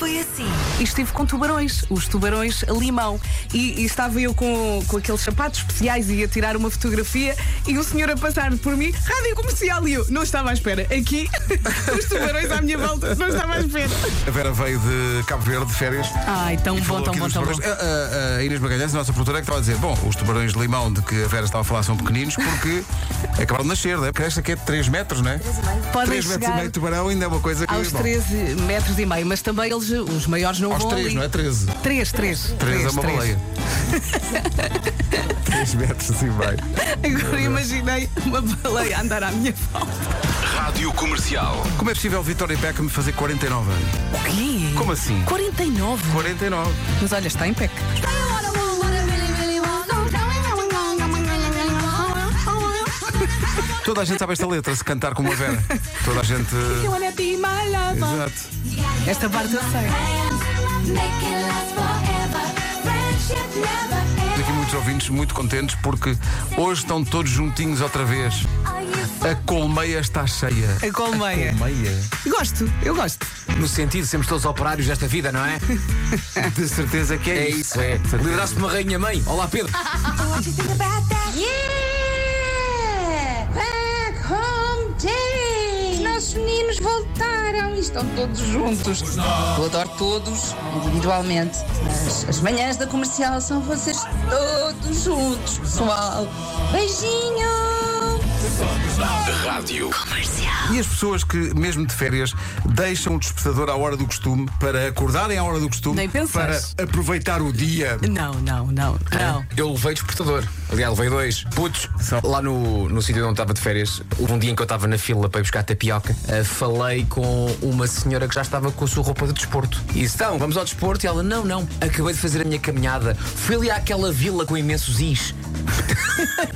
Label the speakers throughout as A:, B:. A: assim.
B: e estive com tubarões, os tubarões a limão. E, e estava eu com, com aqueles sapatos especiais e ia tirar uma fotografia e o senhor a passar por mim, rádio comercial, e eu não estava à espera. Aqui, os tubarões à minha volta, não estava à espera.
C: A Vera veio de Cabo Verde, de férias.
B: Ai, tão
C: e
B: bom,
C: falou
B: tão
C: aqui
B: bom,
C: dos
B: tão bom.
C: tubarões. A, a- a Inês Magalhães, a nossa produtora, é que estava a dizer: Bom, os tubarões de limão de que a Vera estava a falar são pequeninos porque acabaram de nascer, né? cresce aqui é de 3 metros, não é? 3
B: Podem
C: metros e meio
B: chegar
C: de tubarão ainda é uma coisa que.
B: aos
C: bom,
B: 13 metros e meio, mas também eles, os maiores não
C: aos
B: vão
C: 3,
B: ali.
C: não é? 13.
B: 3, 3.
C: 3 é uma baleia. 3 metros e meio.
B: Agora imaginei uma baleia a andar à minha volta.
D: Rádio Comercial.
C: Como é possível Vitória Beckham fazer 49 anos?
B: O quê?
C: Como assim?
B: 49?
C: 49.
B: Mas olha, está em pé.
C: Toda a gente sabe esta letra, se cantar como a Vera. Toda a gente.
B: You wanna be my lover.
C: Exato.
B: Esta parte eu sei.
C: Temos aqui muitos ouvintes muito contentes porque hoje estão todos juntinhos outra vez. A colmeia está cheia.
B: A colmeia.
C: Colmeia?
B: Gosto, eu gosto.
E: No sentido, de sermos todos operários desta vida, não é?
C: De certeza que é,
E: É isso, é. Livrar-se de uma rainha mãe. Olá, Pedro.
F: Os nossos meninos voltaram e estão todos juntos. Eu adoro todos, individualmente. Mas as manhãs da comercial são vocês todos juntos, pessoal. Beijinho!
D: Rádio.
C: E as pessoas que, mesmo de férias, deixam o despertador à hora do costume para acordarem à hora do costume
B: Nem pensares.
C: para aproveitar o dia.
B: Não, não, não, não.
E: Eu levei despertador. Aliás, levei dois. Putos. Lá no, no sítio onde estava de férias, houve um dia em que eu estava na fila para ir buscar tapioca. ah, falei com uma senhora que já estava com a sua roupa de desporto. E disse: Então, vamos ao desporto. E ela: Não, não. Acabei de fazer a minha caminhada. Fui ali àquela vila com imensos is.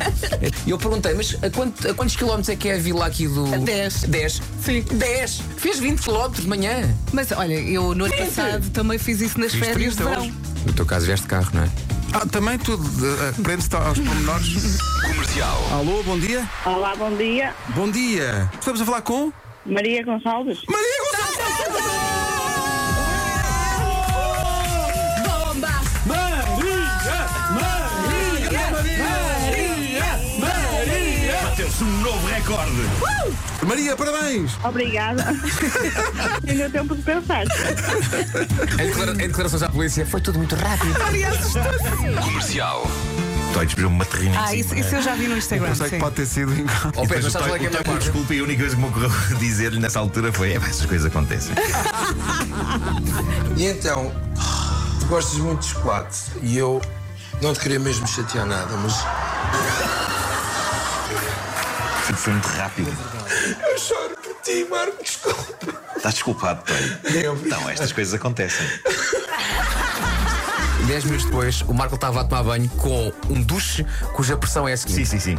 E: E eu perguntei: Mas a, quant- a quantos quilómetros é que é a vila aqui do.
B: A dez.
E: 10.
B: Sim.
E: 10. Fez 20 quilómetros de manhã.
B: Mas olha, eu no ano passado também fiz isso nas
C: Isto
B: férias de
C: triste
B: verão.
C: hoje.
E: No teu caso, vieste de carro, não é?
C: Ah, também tudo. eh, Prende-se aos pormenores.
D: Comercial.
C: Alô, bom dia.
G: Olá, bom dia.
C: Bom dia. Estamos a falar com.
G: Maria Gonçalves.
C: Maria Gonçalves!
D: Bateu-se um novo recorde.
C: Maria, parabéns!
G: Obrigada. Tenho tempo de pensar.
E: Em, declara- em declarações à polícia, foi tudo muito rápido.
D: Comercial.
H: Dói de uma terrina
B: Ah, isso, isso eu já vi no Instagram.
C: Eu sei que
B: sim.
C: pode ter sido.
E: Ó Pedro, sabes qual é que é a minha parte?
H: Desculpa, e a única coisa que me ocorreu dizer-lhe nessa altura foi: é, pá, essas coisas acontecem.
I: E então, tu gostas muito de chocolate e eu não te queria mesmo chatear nada, mas
H: Foi- Foi muito rápido.
I: eu choro por ti, Marco, desculpa.
H: Estás desculpado, Tói. Não, estas coisas acontecem.
E: 10 minutos depois, o Marco estava a tomar banho com um duche cuja pressão é a seguinte.
H: Sim, sim, sim.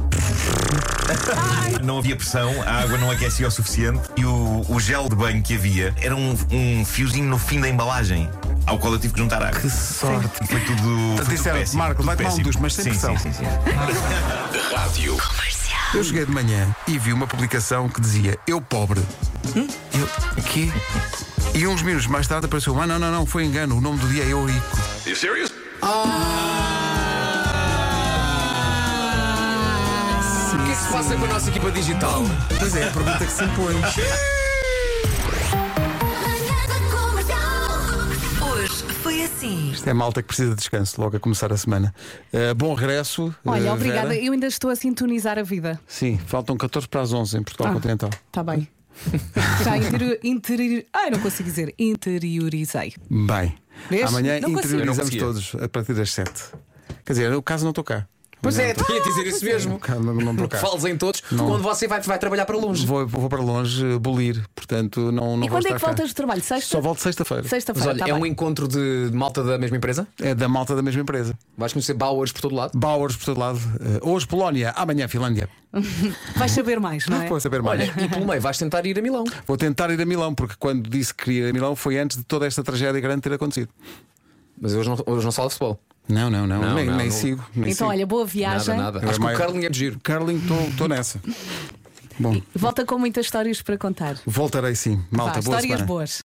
H: Não havia pressão, a água não aquecia o suficiente e o, o gel de banho que havia era um, um fiozinho no fim da embalagem. Ao qual eu tive que juntar água. Que sorte! Foi tudo. foi tudo
C: disseram,
H: péssimo,
C: Marco,
H: tudo
C: vai tomar um
H: péssimo.
C: duche, mas sem
H: sim,
C: pressão.
H: Sim, sim, sim.
D: Rádio.
C: Eu cheguei de manhã e vi uma publicação que dizia Eu pobre. Eu, quê? E uns minutos mais tarde apareceu, ah não, não, não, foi engano, o nome do dia é Eu Rico.
D: Are you serious?
E: O que é que se passa com a nossa equipa digital?
C: Pois é, a pergunta que se impõe.
A: Hoje foi assim.
C: Isto é malta que precisa de descanso logo a começar a semana. Eh, bom regresso. eh,
B: Olha, obrigada.
C: Vera.
B: Eu ainda estou a sintonizar a vida.
C: Sim, faltam 14 para as 11 em Portugal
B: Ah.
C: Continental.
B: Está bem. Já interior. interior ai, não consigo dizer. Interiorizei.
C: Bem,
B: Vês?
C: amanhã
B: Não consigo.
E: Eu não
C: interiorizamos
E: conseguia.
C: todos a partir das 7. Quer dizer, no caso não estou cá.
E: Pois é,
C: Amanhã
E: tu ia dizer isso
C: não
E: mesmo.
C: estou cá. Não não estou cá.
E: Fales em todos, quando você vai, vai trabalhar para longe.
C: Vou, vou para longe eh, bulir, portanto não, não
A: E
C: vou
A: quando é
C: estar
A: que
C: cá.
A: voltas do trabalho? Sexta?
C: Só volto sexta-feira.
E: Mas
A: Sexta-feira.
E: olha,
A: tá
E: é um
A: bem.
E: encontro de, de malta da mesma empresa.
C: É da malta da mesma empresa.
E: Vais conhecer Bowers por todo lado.
C: Bauers por todo lado. Eh, hoje Polónia, amanhã Finlândia.
B: Vais saber mais, não é?
C: Vou saber mais.
E: Olha, e pelo meio vais tentar ir a Milão.
C: Vou tentar ir a Milão, porque quando disse que queria ir a Milão foi antes de toda esta tragédia grande ter acontecido.
E: Mas hoje não, hoje não sala de futebol.
C: Não, não, não.
E: Não,
C: nem
E: não,
C: nem
E: não.
C: sigo. Nem
A: Então,
C: sigo.
A: olha, boa viagem.
E: Nada,
C: Eu
E: nada. Acho que
C: mais-
E: o Carling é de giro.
C: Carling, estou nessa. Bom,
A: Volta com muitas histórias para contar.
C: voltarei sim. Malta,
B: Vá,
C: boa
B: histórias
C: semana.
B: boas.